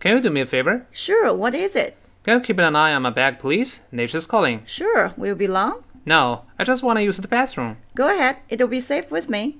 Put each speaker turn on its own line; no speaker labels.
Can you do me a favor?
Sure, what is it?
Can you keep an eye on my bag, please? Nature's calling.
Sure, will it be long?
No, I just want to use the bathroom.
Go ahead, it'll be safe with me.